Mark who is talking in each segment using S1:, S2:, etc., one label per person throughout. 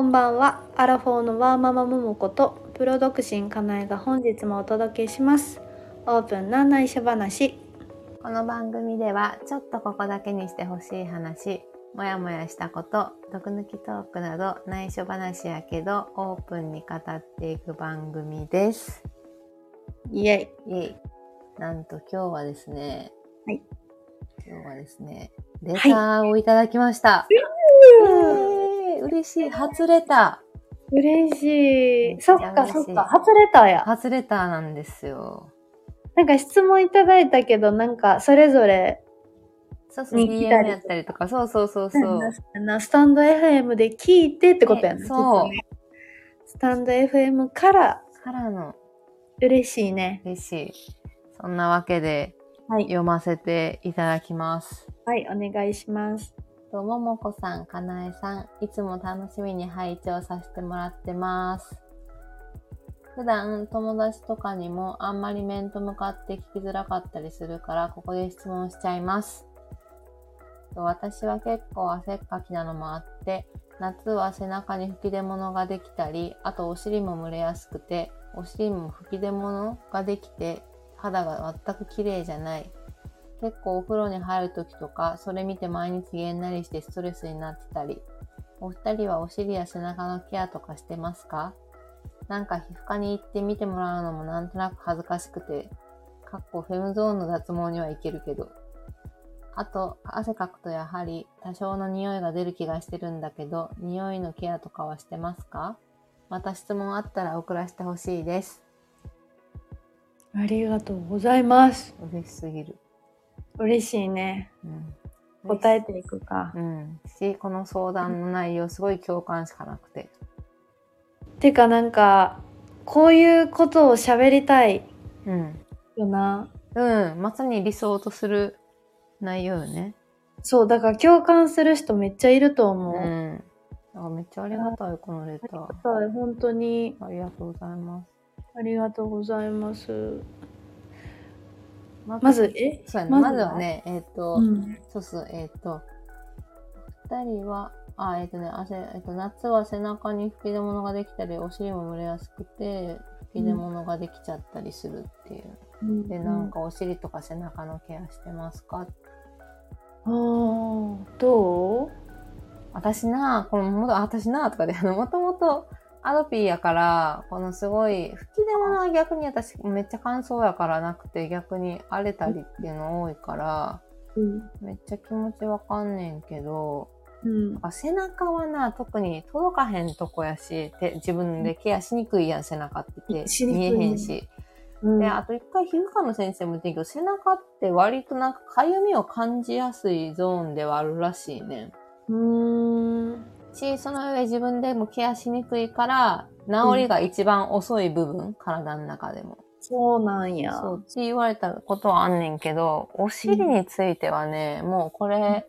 S1: んばんはアラフォーのワーママももことプロ独身かなえが本日もお届けしますオープンな内緒話
S2: この番組ではちょっとここだけにしてほしい話もやもやしたこと毒抜きトークなど内緒話やけどオープンに語っていく番組です
S1: イエ
S2: イエイなんと今日はですね
S1: はい
S2: 今日はですねレターをいただきました、イエーイ嬉しい初レタ
S1: イ嬉し
S2: め
S1: い
S2: っち
S1: そ
S2: ゃ
S1: っか
S2: 嬉しい
S1: そっか初レター
S2: ー
S1: や
S2: 初レターなんですよ
S1: なんか質問いただいたけどなんかそれぞれ
S2: そうそう
S1: に来たりと
S2: DM
S1: か
S2: やったりとかそうそうそうそう
S1: なスタンド FM で聞いてってことやな、
S2: ねそ
S1: き
S2: う
S1: っとねスタンド FM から
S2: からの
S1: 嬉しいね
S2: 嬉しいそんなわけで
S1: はい、
S2: 読ませていただきます。
S1: はい、お願いします
S2: とももこさん、かなえさん、いつも楽しみに拝聴させてもらってます。普段友達とかにもあんまり面と向かって聞きづらかったりするから、ここで質問しちゃいます。と私は結構汗っかきなのもあって、夏は背中に吹き出物ができたり、あとお尻も蒸れやすくて、お尻も吹き出物ができて、肌が全く綺麗じゃない。結構お風呂に入る時とか、それ見て毎日げんなりしてストレスになってたり、お二人はお尻や背中のケアとかしてますかなんか皮膚科に行って見てもらうのもなんとなく恥ずかしくて、かっこフェムゾーンの脱毛には行けるけど。あと、汗かくとやはり多少の匂いが出る気がしてるんだけど、匂いのケアとかはしてますかまた質問あったら送らせてほしいです。
S1: ありがとうございます
S2: 嬉しすぎる。
S1: 嬉しいね
S2: うん、
S1: 答えていくか
S2: うん、しこの相談の内容すごい共感しかなくて、
S1: てかなんかこういうことを喋りたい
S2: うん
S1: よな
S2: うん、まさに理想とする内容よね、
S1: そうだから共感する人めっちゃいると
S2: う
S1: 思う、あ
S2: ん、あめっちゃありがたいこのレ
S1: り
S2: ター
S1: がたい本当に
S2: ありがとうございます
S1: ありがとうございます
S2: ま
S1: まずえ
S2: そうやね
S1: ま
S2: ま
S1: ず
S2: ず
S1: は
S2: はねえっ、と、
S1: うん
S2: そうそうえっ、と二人はあえっ、とね汗、えっと夏は背中に吹き出物ができたりお尻も蒸れやすくて吹き出物ができちゃったりするっていう、でなんかお尻とか背中のケアしてますか
S1: うんあーどう
S2: 私なあ、このもと、あ私なあとかで、あの、もともとアドピーやから、このすごい、吹き出物は逆に私めっちゃ乾燥やからなくて、逆に荒れたりっていうの多いから、
S1: うん、
S2: めっちゃ気持ちわかんねんけど、
S1: うん、
S2: あ背中はな、特に届かへんとこやし、て自分でケアしにくいやん、背中ってて
S1: しにく
S2: 見
S1: い
S2: えへんし。
S1: うん
S2: で、あと一回皮膚科の先生も言ってんけど、背中って割となんか痒みを感じやすいゾーンではあるらしいね
S1: う
S2: ん。
S1: ーん
S2: し、その上自分でもケアしにくいから、治りが一番遅い部分、体の中でも。
S1: そうなんや
S2: そうって言われたことはあんねんけど、お尻についてはね、もうこれ、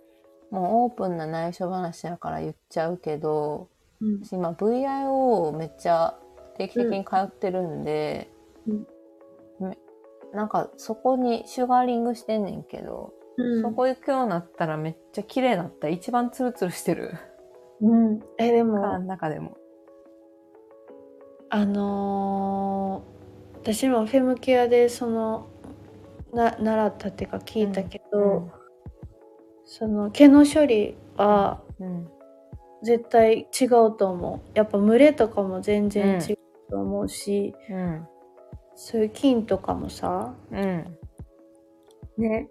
S2: もうオープンな内緒話やから言っちゃうけど、
S1: うん
S2: 私今 VIO をめっちゃ定期的に通ってるんで、
S1: うん
S2: めなんかそこにシュガーリングしてんねんけど、
S1: うん
S2: そこ行くようになったらめっちゃ綺麗だった。一番ツルツルしてる。
S1: うん、えで
S2: 体
S1: も
S2: の中でも。
S1: あのー私もフェムケアでそのな習ったっていうか聞いたけど、その毛の処理は
S2: うん、
S1: 絶対違うと思うやっぱ群れとかも全然違うと思うし、
S2: うん、
S1: そういう菌とかもさ
S2: うん。
S1: ね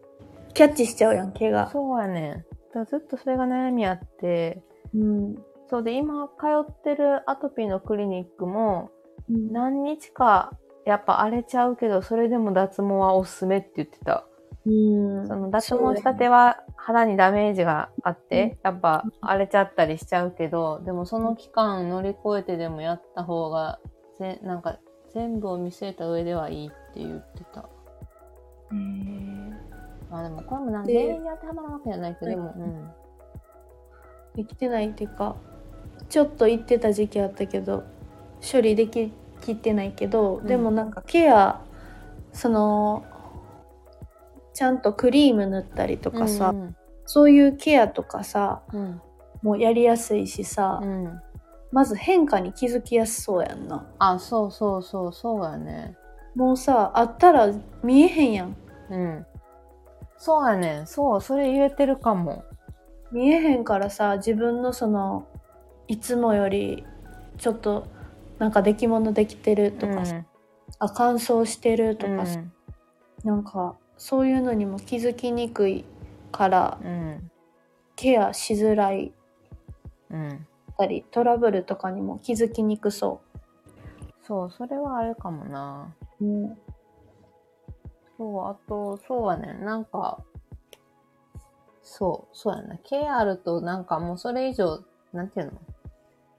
S1: キャッチしちゃうやん毛が
S2: そうやねん。だからずっとそれが悩みあって、
S1: うん
S2: そうで、今通ってるアトピーのクリニックも、
S1: うん
S2: 何日かやっぱ荒れちゃうけど、それでも脱毛はおすすめって言ってた。
S1: うん
S2: その脱毛したては肌にダメージがあって、やっぱ荒れちゃったりしちゃうけど、でもその期間乗り越えてでもやった方が、ぜなんか全部を見据えた上ではいいって言ってた。
S1: そうやね
S2: まあでもこれもなん
S1: で
S2: 全員に当てはまるわけじゃないけど、でも、
S1: う
S2: うん。
S1: できてないっていうかちょっと行ってた時期あったけど処理でききってないけど、
S2: うん
S1: でもなんかケアそのちゃんとクリーム塗ったりとかさ、
S2: うん
S1: そういうケアとかさ
S2: うん
S1: もうやりやすいしさ、
S2: うん
S1: まず変化に気づきやすそうやんな
S2: あ、そうそうそう、そうやね。
S1: もうさあったら見えへんやん
S2: うん。そうやね。そう、それ言えてるかも。
S1: 見えへんからさ自分のそのいつもよりちょっとなんか出来物できてるとかさ、
S2: うん
S1: あ乾燥してるとかさ、
S2: うん
S1: なんかそういうのにも気づきにくいから
S2: うん。
S1: ケアしづらい
S2: うん。
S1: ったりトラブルとかにも気づきにくそ
S2: そう、それはあるかもな。
S1: う、うん、
S2: そう、あと、そうはね、なんか、そう、そうやな。ケアあると、なんかもうそれ以上、なんていうの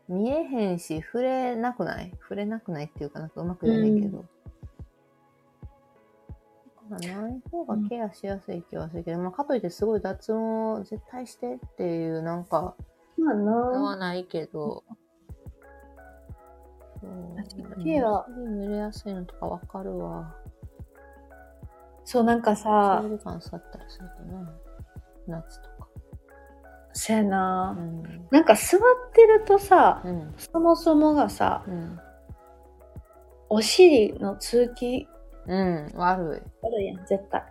S2: 見えへんし、触れなくない触れなくないっていうかなんかうまく言えないけど。だからない方がケアしやすい気はするけど、まあ、かといってすごい脱毛を絶対してっていう、なんか、
S1: まあ
S2: 言
S1: な
S2: わないけど。そう
S1: ケア
S2: 濡れやすいのとかわかるわ。
S1: そうなんかさ
S2: 長時間座ったりするとな夏とか
S1: せやな、
S2: うん
S1: なんか座ってるとさ
S2: うん
S1: そもそもがさ
S2: うん
S1: お尻の通気
S2: うん悪
S1: あるやん絶対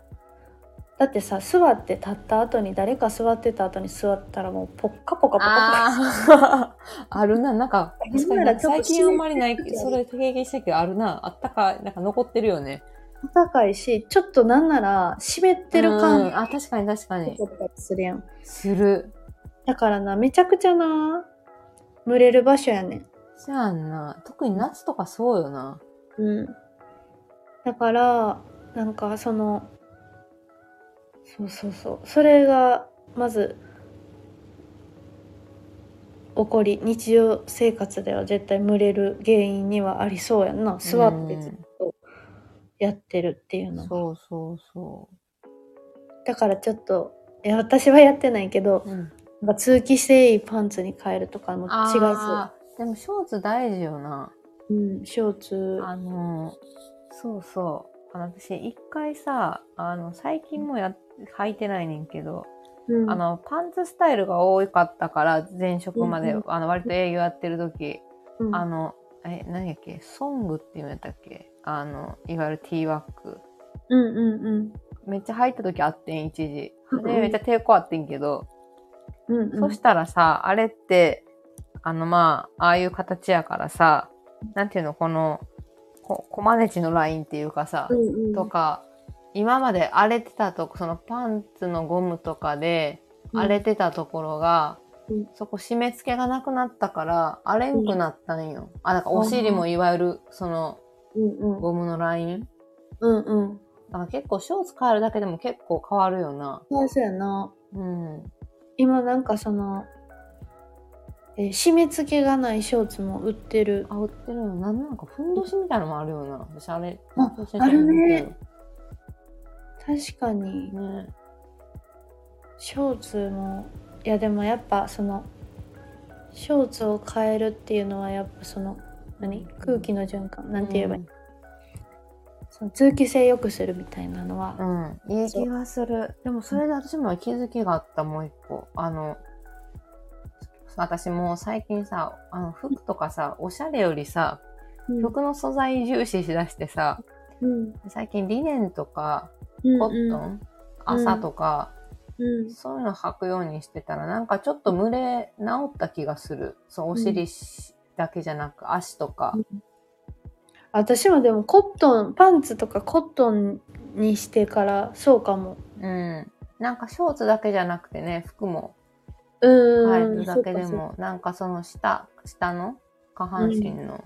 S1: だってさ座って立った後に誰か座ってた後に座ったらもうポッカポカポ
S2: い
S1: カ
S2: ああ あるななんか
S1: なん
S2: 確か
S1: な
S2: に
S1: ら
S2: なんか
S1: ちょっと
S2: 最近あんまりない
S1: 湿ってる
S2: それ経験したけどあるなあったかいなんか残ってるよね
S1: ポカ高いしちょっとなんなら湿ってる
S2: う
S1: 感
S2: んあ確かに確かに
S1: じだったりするやん
S2: する
S1: だからなめちゃくちゃな蒸れる場所やねん
S2: じゃあな特に夏とかそうよな
S1: うん、だからなんかそのそうそうそうそれがまず起こり日常生活では絶対蒸れる原因にはありそうやんな座ってずっとやってるっていうのが
S2: そうそうそ
S1: だからちょっといや私はやってないけど
S2: う、うん、
S1: なんか通気性いいパンツに変えるとかも違う
S2: あーでもショーツ大事よな
S1: し、うん、ショーツ
S2: あの、そうそう。あの私、一回さ、あの、最近もうやっ、履いてないねんけど、
S1: うん
S2: あの、パンツスタイルが多かったから、前職まで、
S1: うんう
S2: あの、割と営業やってる時、
S1: うん
S2: あの、え、何やっけ、ソングっていうんやったっけあの、いわゆるティーワーク。
S1: うんうんうん
S2: めっちゃ履いた時あってん、一時。
S1: うん
S2: で、めっちゃ抵抗あってんけど、
S1: うんうん
S2: そしたらさ、あれって、あの、まあ、ああいう形やからさ、なんていうの、この、こコマネチのラインっていうかさ、
S1: うんうん
S2: とか、今まで荒れてたとこ、そのパンツのゴムとかで
S1: うん
S2: 荒れてたところが、
S1: うん
S2: そこ締め付けがなくなったから、荒れんくなったんよ。あ、だからお尻もいわゆる、その、
S1: うんうん
S2: ゴムのライン。
S1: うんうん
S2: だから結構、ショーツ変えるだけでも結構変わるよな。
S1: そうそうやな。
S2: うん。
S1: 今なんかその、えー締め付けがないショーツも売ってる。
S2: あ、売ってるよ。なんなんか、ふんどしみたいなのもあるよな。私、あれ、
S1: あ
S2: ふんどしの
S1: あるね
S2: 写真見
S1: 確かに
S2: てる。ね。
S1: ショーツも、いやでもやっぱその、ショーツを変えるっていうのはやっぱその、何空気の循環、なんて言えばいい、その通気性良くするみたいなのは
S2: う、ん。いい気がする。でもそれで私も気づきがあった、もう一個。あの、私もう最近さ、あの服とかさ、おしゃれよりさ、
S1: うん
S2: 服の素材重視しだしてさ、
S1: うん
S2: 最近リネンとか、
S1: うん
S2: コットン、朝とか、
S1: うん
S2: そういうの履くようにしてたら、なんかちょっと蒸れ治った気がする。そう、お尻しだけじゃなく、足とか。
S1: 私もでもコットン、パンツとかコットンにしてからそうかも。
S2: うん。なんかショーツだけじゃなくてね、服も
S1: うーん。
S2: 変えるだけで
S1: そうか
S2: も、なんかその下、下の下半身の、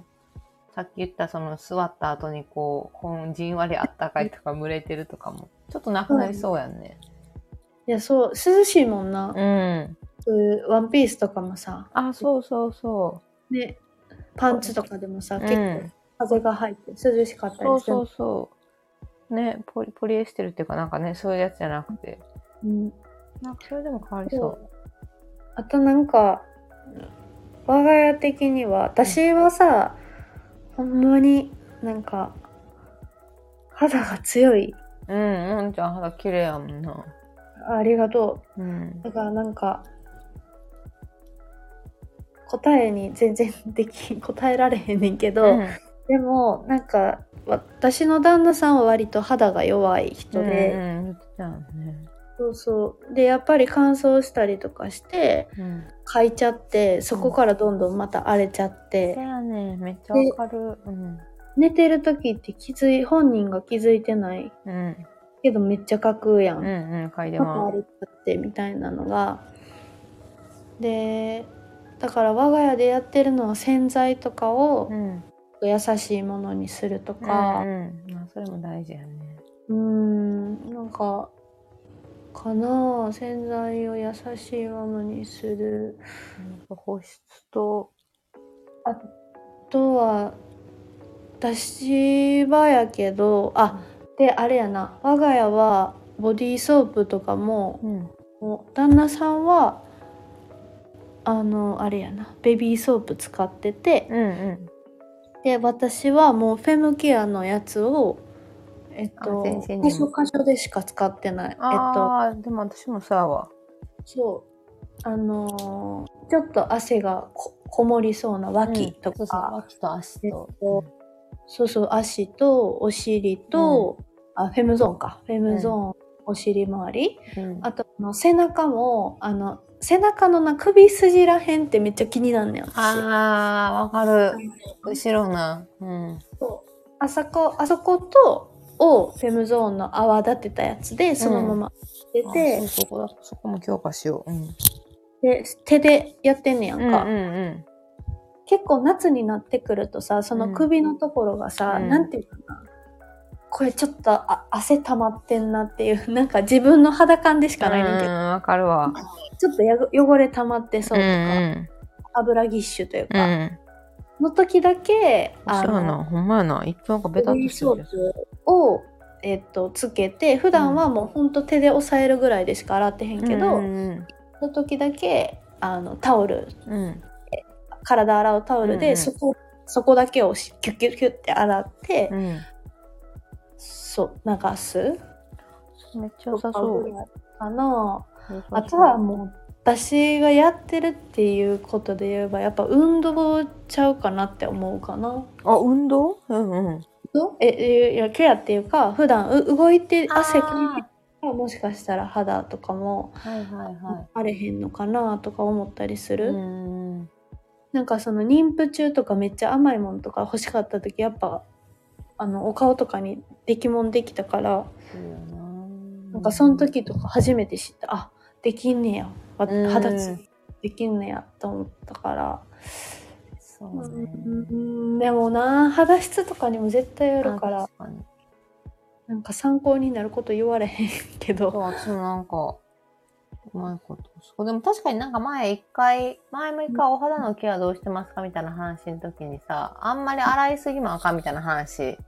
S2: さっき言ったその座った後にこう、こうじんわりあったかいとか蒸れてるとかも、ちょっとなくなりそうやんね。
S1: いや、そう、涼しいもんな。
S2: うん。
S1: そういうワンピースとかもさ、
S2: あ、そうそうそ
S1: ね、パンツとかでもさ、
S2: う。
S1: 結
S2: うん
S1: 構。風が入って涼しかった
S2: そう
S1: りする。
S2: そうそう。ね、ポリポリエステルっていうかなんかね、そういうやつじゃなくて。
S1: うん
S2: なんかそれでも変わりそう。
S1: あとなんか、我が家的には、私はさ、ほんまになんか、肌が強い。
S2: うん、もんちゃん肌綺麗やもんな。
S1: ありがと
S2: う
S1: う。。
S2: ん
S1: だからなんか、答えに全然でき ん答えられへんねんけど、
S2: うん
S1: でもなんか私の旦那さんは割と肌が弱い人で、
S2: うんうん言ってたよね
S1: そうそうでやっぱり乾燥したりとかして
S2: うん
S1: かいちゃってそこからどんどんまた荒れちゃって
S2: そ、やねめっちゃわかるうん
S1: 寝てる時って気づい本人が気づいてない
S2: うん
S1: けどめっちゃかくやん、
S2: うんうん嗅いで
S1: また
S2: ま
S1: 荒れちゃってみたいなのがでだから我が家でやってるのは洗剤とかを
S2: すうん
S1: 優しいものにすると
S2: か
S1: か
S2: う、んまあそれも大事やね
S1: うーんなんかかなあ洗剤を優しいものにする
S2: うん保湿と
S1: あとは私はやけどあであれやな我が家はボディーソープとかも
S2: うん
S1: もう旦那さんはあのあれやなベビーソープ使ってて
S2: うんうん
S1: で私はもうフェムケアのやつをえっ
S2: あ
S1: と
S2: 全身に
S1: 箇所箇所でしか使ってないえっと
S2: ああでも私もさわ
S1: そう。あのーちょっと汗がここもりそうな脇と
S2: そうそう
S1: か、
S2: 脇と足と
S1: こうそうそう足とお尻と、あフェムゾーンかフェムゾーン、お尻周り
S2: うん
S1: あとあの背中もあの背中のな首筋らへんってめっちゃ気になんねん私
S2: あーわかる後ろなうん
S1: そうあそこあそことをフェムゾーンの泡立てたやつでそのまま出て、
S2: あそうそこだそこも強化しよううん
S1: で手でやってんねやん
S2: う
S1: か、
S2: んうんうん
S1: 結構夏になってくるとさその首のところがさ、
S2: うん
S1: なんていうかなこれちょっとあ汗溜まってんなっていう なんか自分の肌感でしかないねんだけど、
S2: うんわかるわ
S1: ちょっとやご汚れ溜まってそうとか、
S2: ん
S1: 油ぎっしゅという
S2: うんう
S1: か、
S2: ん
S1: の時だけ
S2: そうやな、ほんまやな。一分がベタ
S1: ボデ
S2: っ
S1: ィー
S2: として
S1: ソ
S2: る
S1: ー。プを、えっとつけて普段はもうほんと手で押さえるぐらいでしか洗ってへんけど、
S2: うん
S1: その時だけあのタオル
S2: うんうん。
S1: 体洗うタオル
S2: うんう
S1: で
S2: ん
S1: そこ,、そこだけをしキュッキュッキュッって洗って。
S2: うん。
S1: そう流す
S2: めっちゃ良さそう。
S1: かな
S2: 良さそう
S1: あとはもう私がやってるっていうことで言えばやっぱ運動ちゃうかなって思うかな
S2: あ、運動うんうん。
S1: ええいやケアっていうか普段う動いて
S2: あー
S1: 汗かいてたらもしかしたら肌とかも
S2: はいはいは
S1: 荒れへんのかなとか思ったりす
S2: い。
S1: る、
S2: うん。
S1: なんかその妊婦中とかめっちゃ甘いもんとか欲しかった時やっぱあのお顔とかにできもんできたから
S2: そうやな。
S1: なんかその時とか初めて知った、あできんねやわ
S2: うん
S1: 二十歳できんねやと思ったから、
S2: そうね。
S1: うんでもな肌質とかにも絶対よるか
S2: あ
S1: ら
S2: 確かに。
S1: なんか参考になること言われへんけど
S2: そう、私もなんか、うまいこと。そう、でも確かになんか前一回、前も一回お肌のケアどうしてますかみたいな話の時にさ、あんまり洗いすぎもあかんみたいな話、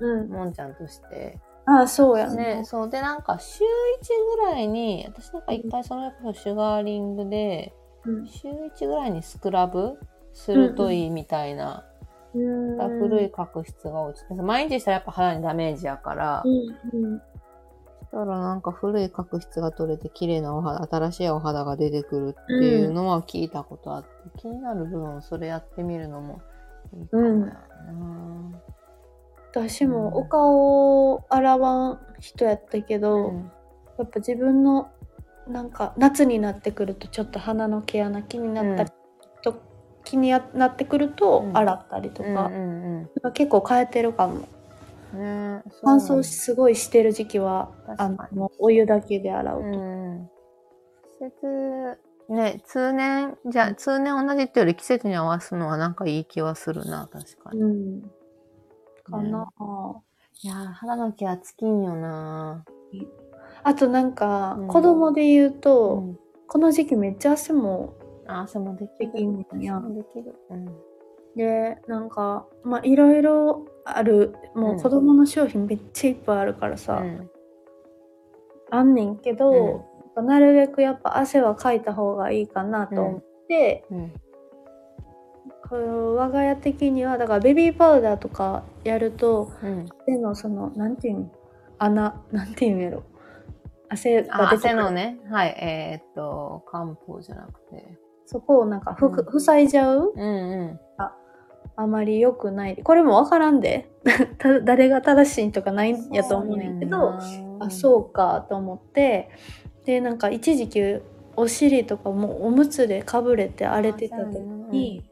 S1: うん
S2: もんちゃんとして。
S1: ああそうやね
S2: ね、そうでなんか週1ぐらいに私なんか一回そのこそシュガーリングで
S1: うん
S2: 週1ぐらいにスクラブするといいみたいな、だから古い角質が落ちて毎日したらやっぱ肌にダメージやから、
S1: うんうん
S2: だからなんか古い角質が取れて綺麗なお肌新しいお肌が出てくるっていうのは聞いたことあって、気になる部分をそれやってみるのもいいかもやな、
S1: 私もお顔を洗わん人やったけ
S2: う
S1: ど、
S2: ん
S1: やっぱ自分のなんか夏になってくるとちょっと鼻の毛穴気になったりと、気になってくると
S2: うん
S1: 洗ったりとか、
S2: うんうんうん
S1: 結構変えてるかも
S2: ねそう
S1: 乾燥すごいしてる時期は
S2: 確
S1: あ
S2: かに
S1: のもうお湯だけで洗うと、
S2: うん季節ね通年じゃあ通年同じってより季節に合わすのはなんかいい気はするな確かに、
S1: うんか
S2: ね
S1: な、
S2: いやー肌の毛はつきんよな
S1: あとなんか、
S2: うん
S1: 子供で言うと、
S2: うん
S1: この時期めっちゃ汗も
S2: あ汗もでき
S1: で
S2: る
S1: きんねんや
S2: 汗もできるうん
S1: でなんかまあいろいろあるもう子供の商品めっちゃいっぱいあるからさ、
S2: うん
S1: あんねんけど、
S2: うん
S1: なるべくやっぱ汗はかいた方がいいかなと思って、
S2: うん
S1: こう我が家的にはだからベビーパウダーとかやると
S2: うん
S1: 手のそのなんていうん穴なんていうんやろ汗が
S2: あ
S1: 出てく
S2: 汗
S1: る
S2: のねはいえーっと漢方じゃなくて
S1: そこをなんかふく、
S2: うん
S1: 塞いじゃう
S2: うんう
S1: あまり良くない。これもわからんで。 た誰が正しいんとかないん
S2: ん。
S1: やと思うねんけど、あ
S2: う
S1: そうかと思ってでなんか一時期お尻とかもおむつでかぶれて荒れてた時に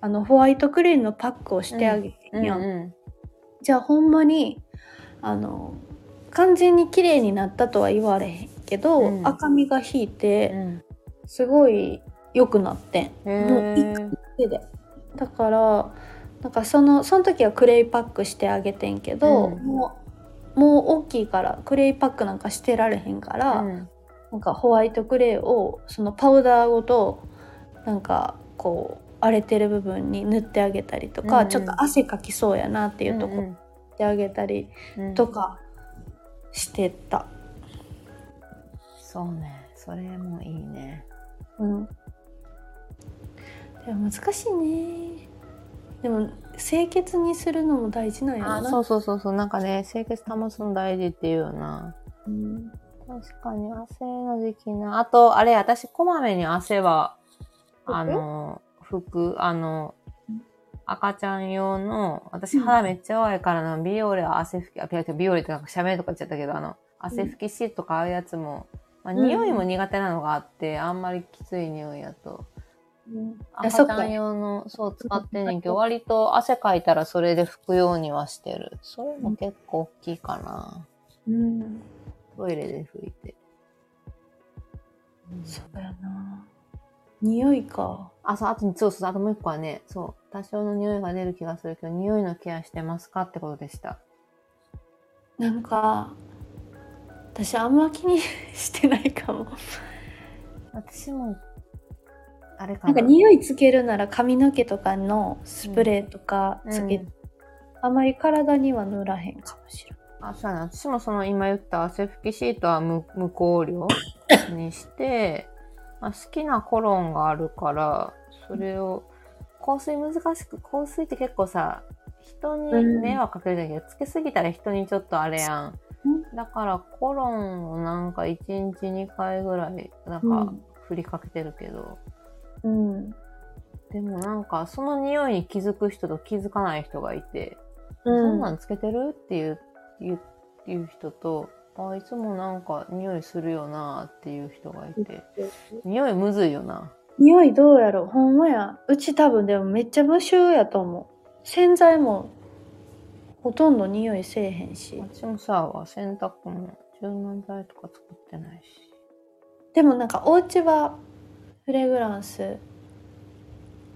S1: あのホワイトクリームのパックをしてあげ
S2: う
S1: る
S2: んう
S1: やん、
S2: ん
S1: じゃあほんまにあの完全に綺麗になったとは言われへんけど、
S2: うん
S1: 赤みが引い
S2: うん
S1: て
S2: うん
S1: すごい良くなってん
S2: へー
S1: もうい手でだからなんかそのその時はクレイパックしてあげてんけど、
S2: うん
S1: もうもう大きいからクレイパックなんかしてられへんから、
S2: うん
S1: なんかホワイトクレイをそのパウダーごとなんかこう荒れてる部分に塗ってあげたりとか、
S2: うんうん
S1: ちょっと汗かきそうやなっていうとこ塗ってあげたり
S2: うんうん
S1: とかしてた。
S2: そうねそれもいいね
S1: うん。でも難しいね。でも清潔にするのも大事なんやろ
S2: あ
S1: な。
S2: そうそうそうそうなんかね清潔保つの大事っていうよな
S1: うん
S2: 確かに汗の時期なあとあれ私こまめに汗は
S1: 服
S2: あの服あの
S1: うん
S2: 赤ちゃん用の私
S1: うん
S2: 肌めっちゃ弱いからな、ビオレは汗拭きあビオレビオレってなんかしゃべるとか言っちゃったけどあの汗拭きシートとかああいうやつも、まあ、
S1: うん
S2: 匂いも苦手なのがあって、あんまりきつい匂いやと
S1: うんあそ
S2: 赤
S1: っ
S2: ち
S1: か
S2: ゃん用のそう使ってんねんけど割と汗かいたらそれで拭くようにはしてるそれも結構大きいかな、
S1: うん、
S2: トイレで拭いて、うん
S1: そうやな。匂いか。
S2: あ、そう、あと、そうそう、あともう一個はね、そう、多少の匂いが出る気がするけど、匂いのケアしてますかってことでした。
S1: なんか私あんま気に してないかも。
S2: 私も、あれか
S1: なん
S2: な。
S1: か匂いつけるなら髪の毛とかのスプレーとかつけ、
S2: うん
S1: あまり体には塗らへんかもしれない。
S2: あ、そうやな。私もその今言った汗拭きシートは無無香料にして、まあ、好きなコロンがあるから、それを、香水難しく、香水って結構さ、人に迷惑かけるじゃんけど、つけすぎたら人にちょっとあれやん。だからコロンをなんか1日2回ぐらい、なんか、振りかけてるけど、
S1: うん、うん
S2: でもなんかその匂いに気づく人と気づかない人がいて、そん
S1: う、
S2: なんんつけてるっていういういう人とあいつもなんか匂いするよなっていう人がいて匂いむずいよな
S1: 匂いどうやろうほんまやうち多分でもめっちゃ無臭やと思う洗剤もほとんど匂いせえへんし
S2: 私もさ洗濯も柔軟剤とか作ってないし
S1: でもなんかお家はフレグランス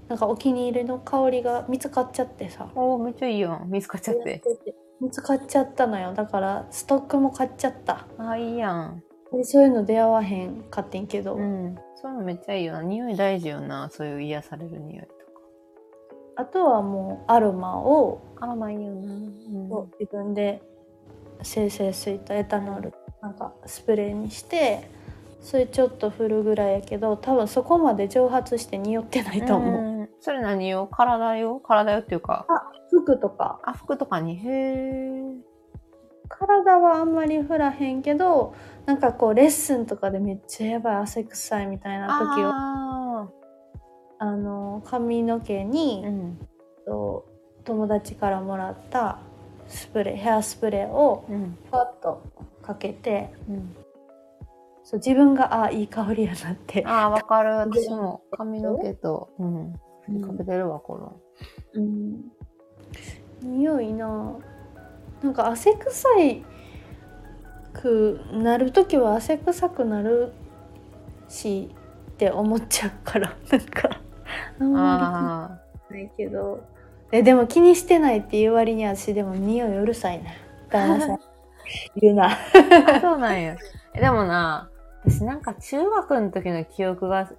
S1: なんかお気に入りの香りが見つかっちゃってさ
S2: おーめっちゃいいやん見つかっちゃって
S1: 見つかっちゃったのよだからストックも買っちゃった
S2: あーいいやん
S1: でそういうの出会わへんかってんけど、
S2: うんそういうのめっちゃいいよな匂い大事よなそういう癒される匂いと
S1: あとはもうアロマを
S2: かアロマいいよな、うん、
S1: 自分で精製水とエタノールなんかスプレーにしてそれちょっと振るぐらいやけど多分そこまで蒸発して匂ってないと思う、
S2: うんそれ何よ体よ体よっていうか、
S1: 服とか
S2: あ、服とかに。へー
S1: 体はあんまり振らへんけどなんかこうレッスンとかでめっちゃやばい汗臭いみたいな時はあ
S2: あ
S1: の髪の毛に
S2: ー、うん。
S1: と友達からもらったスプレーヘアスプレーを
S2: うん。
S1: ふわっとかけて
S2: うん、
S1: そう自分があいい香りやなって
S2: あー、わかる。私も髪の毛と、うん。
S1: うん
S2: かけてるわ、この。
S1: うん、匂いななんか汗臭いくなる時は汗臭くなるしって思っちゃうから なんかあんま
S2: あ
S1: りないけどえでも気にしてないっていう割には私でも匂いうるさいな旦 那さんいるな
S2: あ、そうなんや。えでもな、私なんか中学の時の記憶が、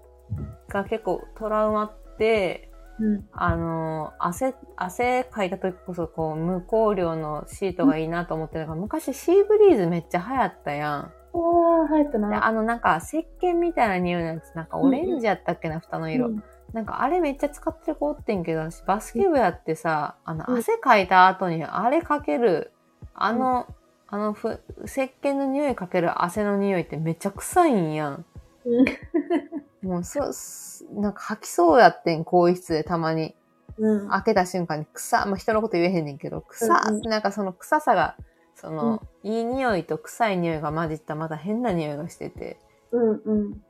S2: が結構トラウマって、
S1: うん
S2: あの、汗、汗かいた時こそ、こう、無香料のシートがいいなと思ってるのが、昔シーブリーズめっちゃ流行ったやん。
S1: おー入った
S2: で
S1: な
S2: あのなんか石鹸みたいな匂いのやつなんかオレンジやったっけな、蓋の色、
S1: うん
S2: なんかあれめっちゃ使ってる子おってんけど私バスケ部やってさあの
S1: うん
S2: 汗かいた後にあれかけるあの、あのふ石鹸の匂いかける汗の匂いってめっちゃ臭いんやん
S1: うん
S2: もうそすなんか吐きそうやってん、更衣室でたまに。
S1: うん
S2: 開けた瞬間に臭っ、まあ、人のこと言えへんねんけど、臭っ、
S1: うんうん
S2: なんかその臭さが、その、いい匂いと臭い匂いが混じったまた変な匂いがしてて、
S1: うんうん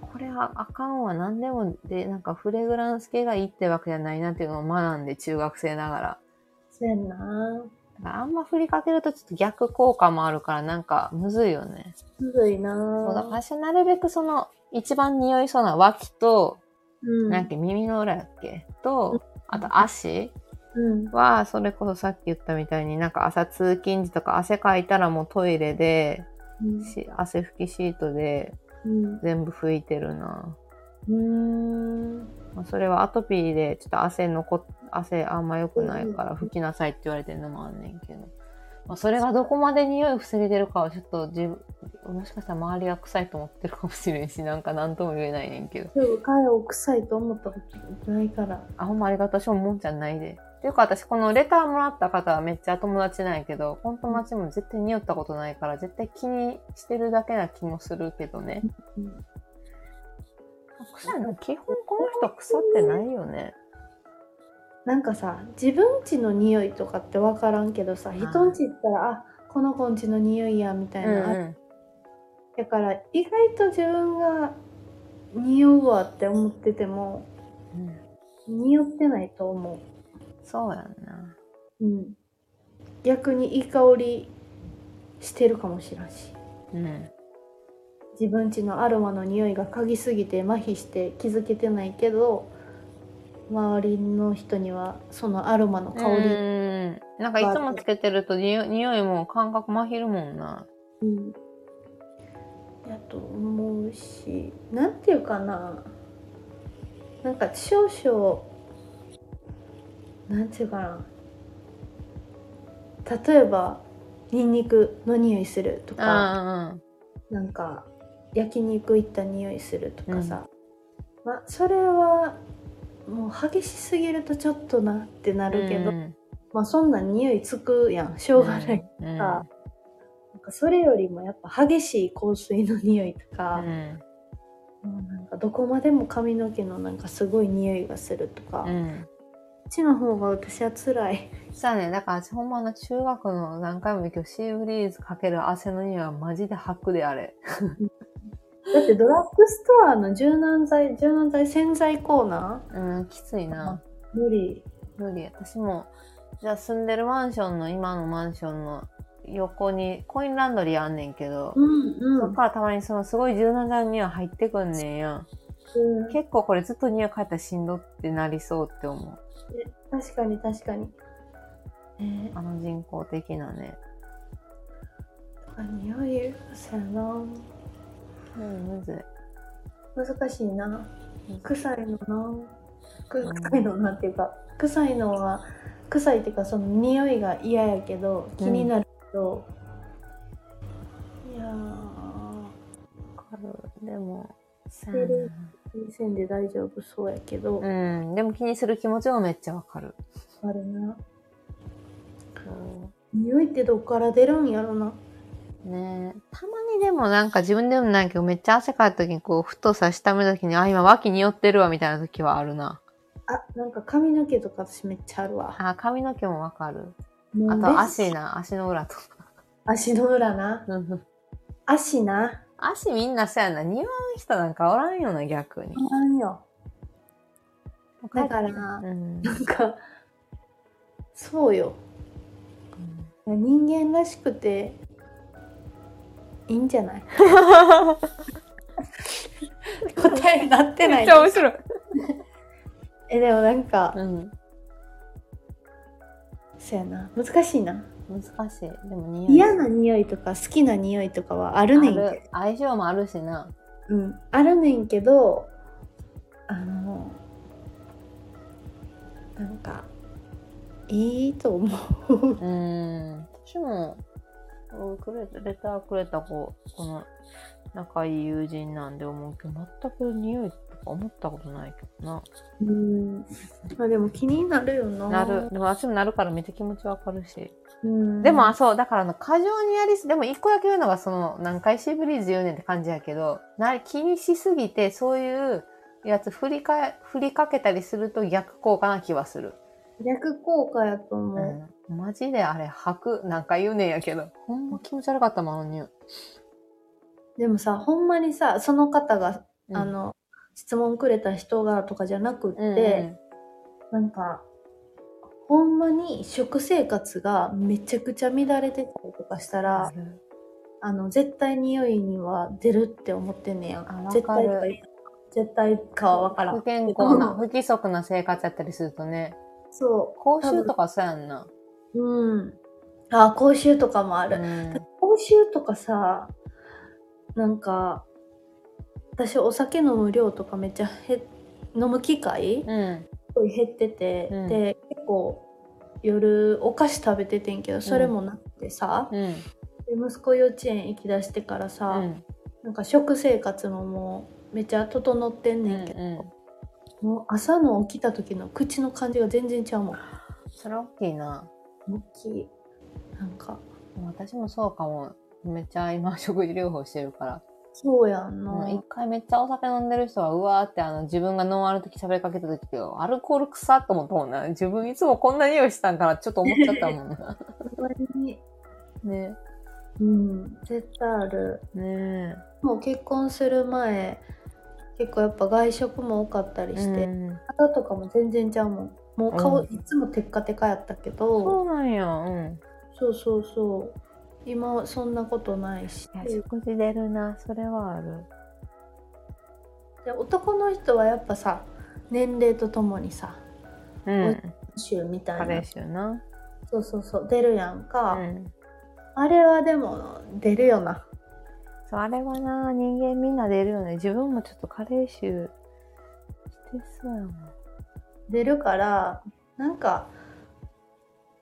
S2: これはあかんわ、何でもで、なんかフレグランス系がいいってわけじゃないなっていうのを学んで、中学生ながら。
S1: そうやんな
S2: だからあんま振りかけるとちょっと逆効果もあるから、なんかむずいよね。
S1: むずいな
S2: そうだから私なるべくその、一番匂いそうな脇と、
S1: うん
S2: なんか耳の裏やっけと、あと足
S1: うん
S2: は、それこそさっき言ったみたいになんか朝通勤時とか汗かいたらもうトイレで、
S1: うん
S2: し汗拭きシートで
S1: うん
S2: 全部拭いてるな。
S1: うーん
S2: まあそれはアトピーでちょっと汗残っ、汗あんま良くないから拭きなさいって言われてるのもあんねんけど。まあ、それがどこまで匂いを防げてるかはちょっと自分、もしかしたら周りが臭いと思ってるかもしれんし、 なんか何とも言えないねんけど。
S1: でも彼を臭いと思ったことないから
S2: あ、ほんまありがとう。私ももんちゃんないで。っていうか私、このレターもらった方はめっちゃ友達なんやけど、この友達も絶対匂ったことないから、絶対気にしてるだけな気もするけどね。
S1: うん
S2: 臭いの基本この人腐ってないよね。
S1: なんかさ自分家の匂いとかって分からんけどさ人ん家行ったらあこの子ん家の匂いやみたいな、あだから意外と自分が匂うわって思ってても
S2: うんうん
S1: 匂ってないと思
S2: そうやんな。
S1: う、うん、逆にいい香りしてるかもしらんし
S2: うん。
S1: 自分家のアロマの匂いが嗅ぎすぎて麻痺して気づけてないけど周りの人にはそのアロマの香り、
S2: り。なんかいつもつけてると匂い匂いも感覚まひるもんな。
S1: うん、やと思うしなんていうかななんか少々なんていうかな例えばニンニクの匂いするとか
S2: あ
S1: なんか焼肉行った匂いするとかさ、まあそれはもう激しすぎるとちょっとなってな
S2: あ
S1: るけど、
S2: うん
S1: まあそんなん匂いつくやんしょうがない
S2: うん
S1: かなんかそれよりもやっぱ激しい香水の匂いと
S2: う
S1: か,、
S2: ん
S1: なんかどこまでも髪の毛のなんかすごい匂いがするとか、
S2: う
S1: こ
S2: ん。
S1: っちの方が私は辛い。
S2: そうね。だから、私ほんまあの中学の何回も言うけど、シーブリーズかける汗の匂いはマジで吐くであれ。
S1: だってドラッグストアの柔軟剤柔軟剤洗剤コーナ
S2: うん、きついな。
S1: ー無理
S2: 無理。私も、じゃあ住んでるマンションの、今のマンションの横にコインランドリーあんねんけ
S1: ん
S2: ど、そっからたまにそのすごい柔軟剤の匂い入ってくんねんやん。結構これずっと匂い嗅いだらしんどってなりそうって思う。
S1: 確かに確かに。えー、
S2: あの人工的なね。
S1: とか匂いそうやな
S2: うん、むずい。
S1: 難しいな
S2: うん
S1: 臭いのなく
S2: うん
S1: 臭いのなっていうか臭いのは臭いっていうかその匂いが嫌やけど気になるけど、いや
S2: わかる。でも、さ
S1: してるーいい線で大丈夫そうやけど、
S2: あなうん、でも気にする気持ちもめっちゃわかる。
S1: あるな
S2: そう
S1: 匂いってどっから出るんやろな
S2: ねえたまにでもなんか自分でもないけどめっちゃ汗かいた時にこうふとさ下目の時にあ今脇に寄ってるわみたいな時はあるな
S1: あなんか髪の毛とか私めっちゃあるわ
S2: あ髪の毛もわかる
S1: もう
S2: あ
S1: ベ
S2: と
S1: ス
S2: 足な足の裏とか
S1: 足の裏な足な
S2: 足みんなそうやな匂う人なんかおらんよな逆に
S1: あんよだから
S2: うん
S1: なんかそうよ人間らしくていいんじゃない 答えになってな
S2: めっ
S1: い
S2: ちゃ面白い、
S1: えでもなんか、
S2: うん、
S1: そうやな難しいな
S2: 難しいでも匂い
S1: 嫌な匂いとか好きな匂いとかはあるねんけ
S2: ある相性もあるしな
S1: ど、うん、あるねんけどあのなんかいいと思う
S2: うん私もうんくれたレターくれた子この仲いい友人なんで思うけど全く匂いとか思ったことないけどな
S1: うんまあでも気になるよな
S2: なるでも私もなるからめっちゃ気持ちわかるし
S1: うん
S2: でもあそうだからあの過剰にやりすでも一個だけ言うのがその何回シーブリーズ言うねんって感じやけどな気にしすぎてそういうやつ振りか、振りかけたりすると逆効果な気はする。
S1: 逆効果やと思う。
S2: うん、マジであれ吐くなんか言うねんやけどほんま気持ち悪かったもんあの匂い、
S1: でもさ、ほんまにさ、その方が、
S2: うん
S1: あの、質問くれた人がとかじゃなくって、
S2: う
S1: な
S2: ん
S1: んか、ほんまに食生活がめちゃくちゃ乱れてたりとかしたら、あの、絶対匂いには出るって思ってんねやん。
S2: あ
S1: 絶対
S2: わか
S1: か
S2: る
S1: 絶対かはわから
S2: 不
S1: ん。
S2: 健康な
S1: うん
S2: 不規則な生活やったりするとね
S1: そ
S2: 口臭とかそうやんな、
S1: う。うん。あ、口臭とかもあ
S2: う
S1: る。
S2: ん、
S1: 口臭とかさ、なんか、私お酒飲む量とかめっちゃ減飲む機会
S2: うん
S1: すごい減ってて、
S2: うん
S1: で結構夜お菓子食べててんけどそれもなくてさ、
S2: うん
S1: で息子幼稚園行きだしてからさ、
S2: うん
S1: なんか食生活ももうめちゃ整ってん
S2: うんう
S1: ねんけど、
S2: ん
S1: もう朝の起きた時の口の感じが全然ちゃうもん
S2: それ大きいな
S1: 大きいなんか
S2: 私もそうかもめっちゃ今食事療法してるから
S1: そうやんな、
S2: もう一回めっちゃお酒飲んでる人はうわーってあの自分がノンアルの時喋りかけた時アルコール臭っと思ったもんな自分いつもこんな匂いしたんかなちょっと思っちゃったもんな
S1: ほんまに
S2: ね
S1: うん絶対ある
S2: ね
S1: もう結婚する前結構やっぱ外食も多かったり
S2: え
S1: して、
S2: うん
S1: 肌とかも全然ちゃうもんもう顔、
S2: うん
S1: いつもテッカテカやったけど、
S2: そうなんやうん
S1: そうそうそう今そんなことないし
S2: いや食事出るなそれはある
S1: で男の人はやっぱさ年齢とともにさ
S2: うん
S1: 臭みた
S2: カ
S1: い
S2: レ
S1: な
S2: ー臭な
S1: そうそうそう出るやんか、
S2: うん
S1: あれはでも出るよな
S2: そうあれはな人間みんな出るよね自分もちょっとカレー臭してそうやもん
S1: 出るからなんか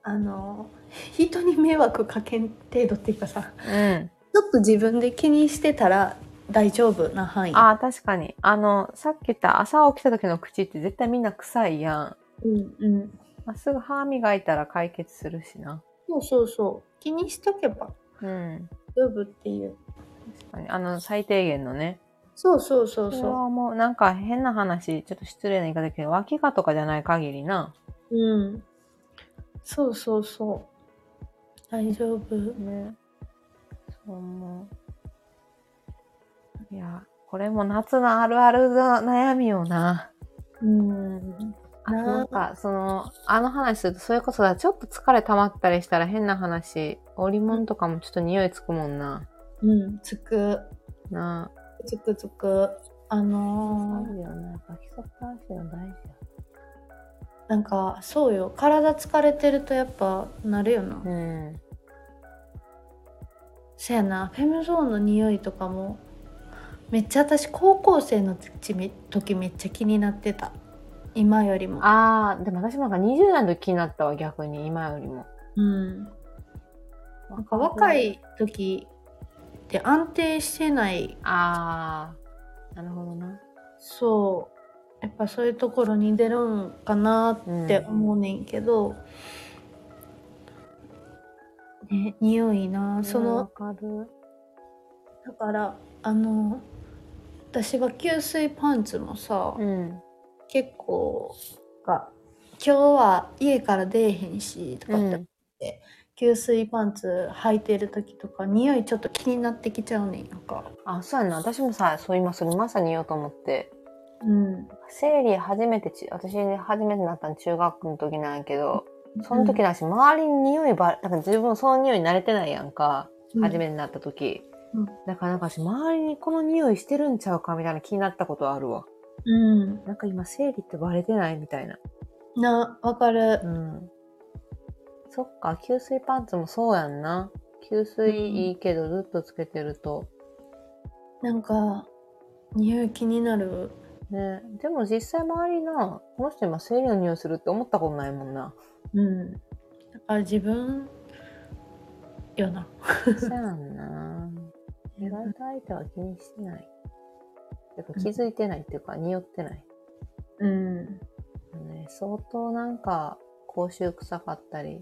S1: あの人に迷惑かけん程度っていうかさ
S2: うん
S1: ちょっと自分で気にしてたら大丈夫な範囲
S2: ああ、確かに。あの、さっき言った朝起きた時の口って絶対みんな臭いやん。
S1: うんうん
S2: まあ、すぐ歯磨いたら解決するしな。
S1: そうそうそう気にしとけば
S2: うん。
S1: 大丈夫っていう
S2: 確かに。あの、最低限のね。
S1: そうそうそう
S2: それ
S1: そ
S2: はもう、なんか変な話、ちょっと失礼な言い方だけど、脇がとかじゃない限りな。
S1: う。うん。そうそうそう。大丈夫。
S2: ね。そう思う。いや、これも夏のあるあるの悩みよな。
S1: うん。
S2: あ
S1: なあ
S2: なんか、その、あの話すると、それこそだ、ちょっと疲れ溜まったりしたら変な話、織物とかもちょっと匂いつくもんな。
S1: うん。つく。
S2: なあ。
S1: つくつく。あのー
S2: るよな。やっぱ基礎代謝の大事
S1: なんかそうよ体疲れてるとやっぱなるよな、
S2: だ。うん。
S1: せやなフェムゾーンの匂いとかもめっちゃ私高校生の時め時めっちゃ気になってた今よりも
S2: ああ、でも私もなんか20代の時気になったわ、逆に、今よりも。
S1: うんなんか若。い時って安定してない
S2: ああ、なるほどな。
S1: そうやっぱそういうところに出るんかなって思うねんけど、ね匂いなそ
S2: わ
S1: の
S2: かる。
S1: だからあの私は吸水パンツもさ、
S2: うん。
S1: 結構が今日は家から出えへんしとかって、
S2: うん
S1: 吸水パンツ履いてる時とか匂いちょっと気になってきちゃうねんなんか
S2: あ、そうやな。私もさ、そう、今それまさに言おうと思って。
S1: うん
S2: 生理初めてち、私初めてなったの中学の時なんやけど、その時だし、周りに匂いば、なんか自分その匂いに慣れてないやんか、初めてなった時。
S1: うん
S2: だからなんか私、周りにこの匂いしてるんちゃうかみたいな気になったことはあるわ。
S1: うん
S2: なんか今、生理ってバレてないみたいな。
S1: なわかる
S2: うん。そっか、吸水パンツもそうやんな。吸水いいけど、ずっとつけてると。
S1: なんか匂い気になる
S2: ねでも実際周りな、この人今生理の匂いするって思ったことないもんな。
S1: うんだから自分よな
S2: そうやんな。意外と相手は気にしてない。てか気づいてないっていうか、匂ってない。
S1: うん
S2: あのね、相当なんか、口臭臭かったり、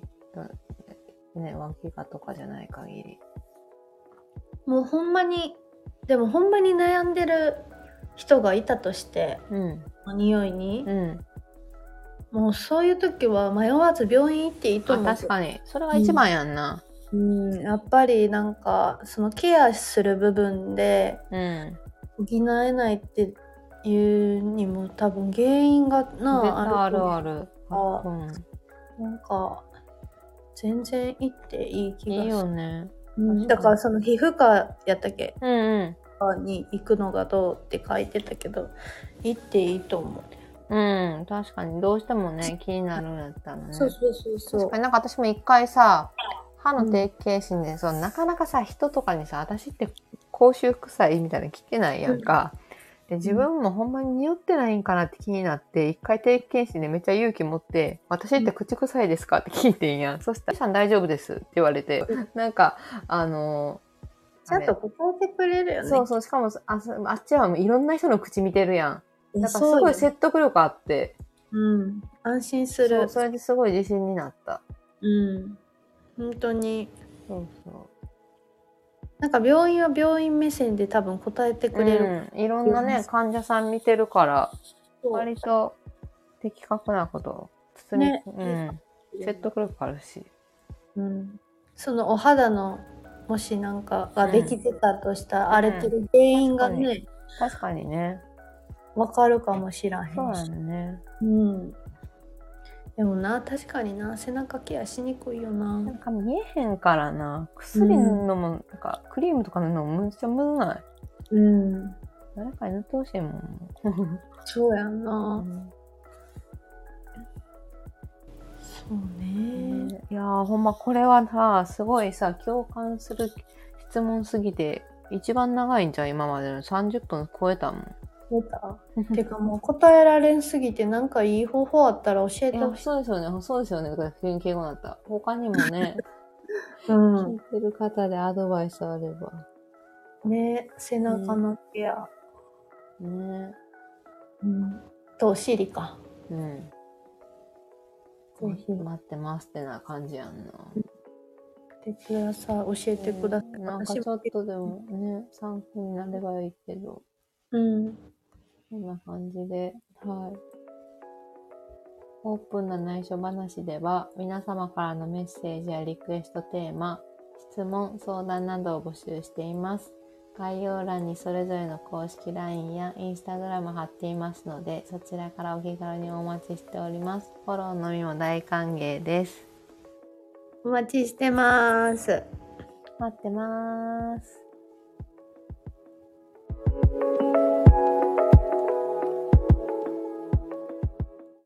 S2: ね、脇がとかじゃない限り。
S1: もうほんまにでもほんまに悩んでる人がいたとして
S2: うん。
S1: 匂いに
S2: う、ん。
S1: もうそういう時は迷わず病院行っていいと
S2: あ
S1: 思う
S2: 確かに。それが一番やんな。
S1: うん、やっぱりなんかそのケアする部分で
S2: うん。
S1: 補えないっていうにも多分原因が
S2: 絶対
S1: な
S2: あ
S1: ある
S2: る
S1: と
S2: ある。
S1: あ
S2: うん。
S1: なんか全然行っていい気が
S2: いい
S1: する
S2: よね。
S1: うんだからその皮膚科やったっけ
S2: うんうん。
S1: に行くのがどうって書いてたけど行っていいと思う、
S2: うん、確かにどうしてもね気になるんやったらね
S1: そうそうそうそ
S2: 確
S1: う
S2: かになんか私も一回さ歯の定期検診で、そうなかなかさ人とかにさ私って口臭臭いみたいなの聞けないやんか、で自分もほんまに匂ってないんかなって気になって一回定期検診でめっちゃ勇気持って「私って口臭いですか?」って聞いてんやん、そしたら「さん大丈夫です」って言われて、なんかあの
S1: ちゃんと答えてくれるよね
S2: そうそうしかもあそあっちはもういろんな人の口見てるやん
S1: いや
S2: だからす
S1: そう
S2: ごい
S1: よ
S2: 説得力あって。
S1: うん、安心す
S2: そう
S1: る
S2: それですごい自信になった
S1: うん本当に
S2: そうそう
S1: なんか病院は病院目線で多分答えてくれる、
S2: うん、いろんなね患者さん見てるから割と的確なことを包み、
S1: ね
S2: うん、説得力あるし
S1: うん、そのお肌のもしなんかができてたとしたら
S2: うん
S1: 荒れてる原因が
S2: うん
S1: ね
S2: 確かにね
S1: わかるかもしらへん
S2: そうや
S1: し、
S2: ね
S1: うん、でもな確かにな背中ケアしにくいよ
S2: な
S1: なん
S2: か見えへんからな薬塗るのも、なんかクリームとか塗るのもむっちゃむずない
S1: うん
S2: 誰かに塗ってほしいもん、
S1: そうやん
S2: う
S1: な、
S2: ん
S1: そうね
S2: いやーほんまこれはさすごいさ共感する質問すぎて一番長いんじゃん今までの30分超えたもん
S1: 出 たてかもう答えられんすぎてなんかいい方法あったら教え
S2: い
S1: て
S2: や、
S1: ほしい、
S2: そうですよね。そうですよね。だから急に敬語になった。他にもね、
S1: うん
S2: 聞いてる方でアドバイスあれば。
S1: ね背中のケア、
S2: ね
S1: うん、とお尻か
S2: うん。
S1: ぜひ
S2: 待ってますってな感じやんな。
S1: やってください教えてください、
S2: うんなんかちょっとでもね、参考になればいいけど、
S1: うん
S2: こんな感じで、はい。オープンな内緒話では、皆様からのメッセージやリクエストテーマ、質問、相談などを募集しています。概要欄にそれぞれの公式 LINE や Instagram 貼っていますので、そちらからお気軽にお待ちしております。フォローのみも大歓迎です。
S1: お待ちしてます。
S2: 待ってます。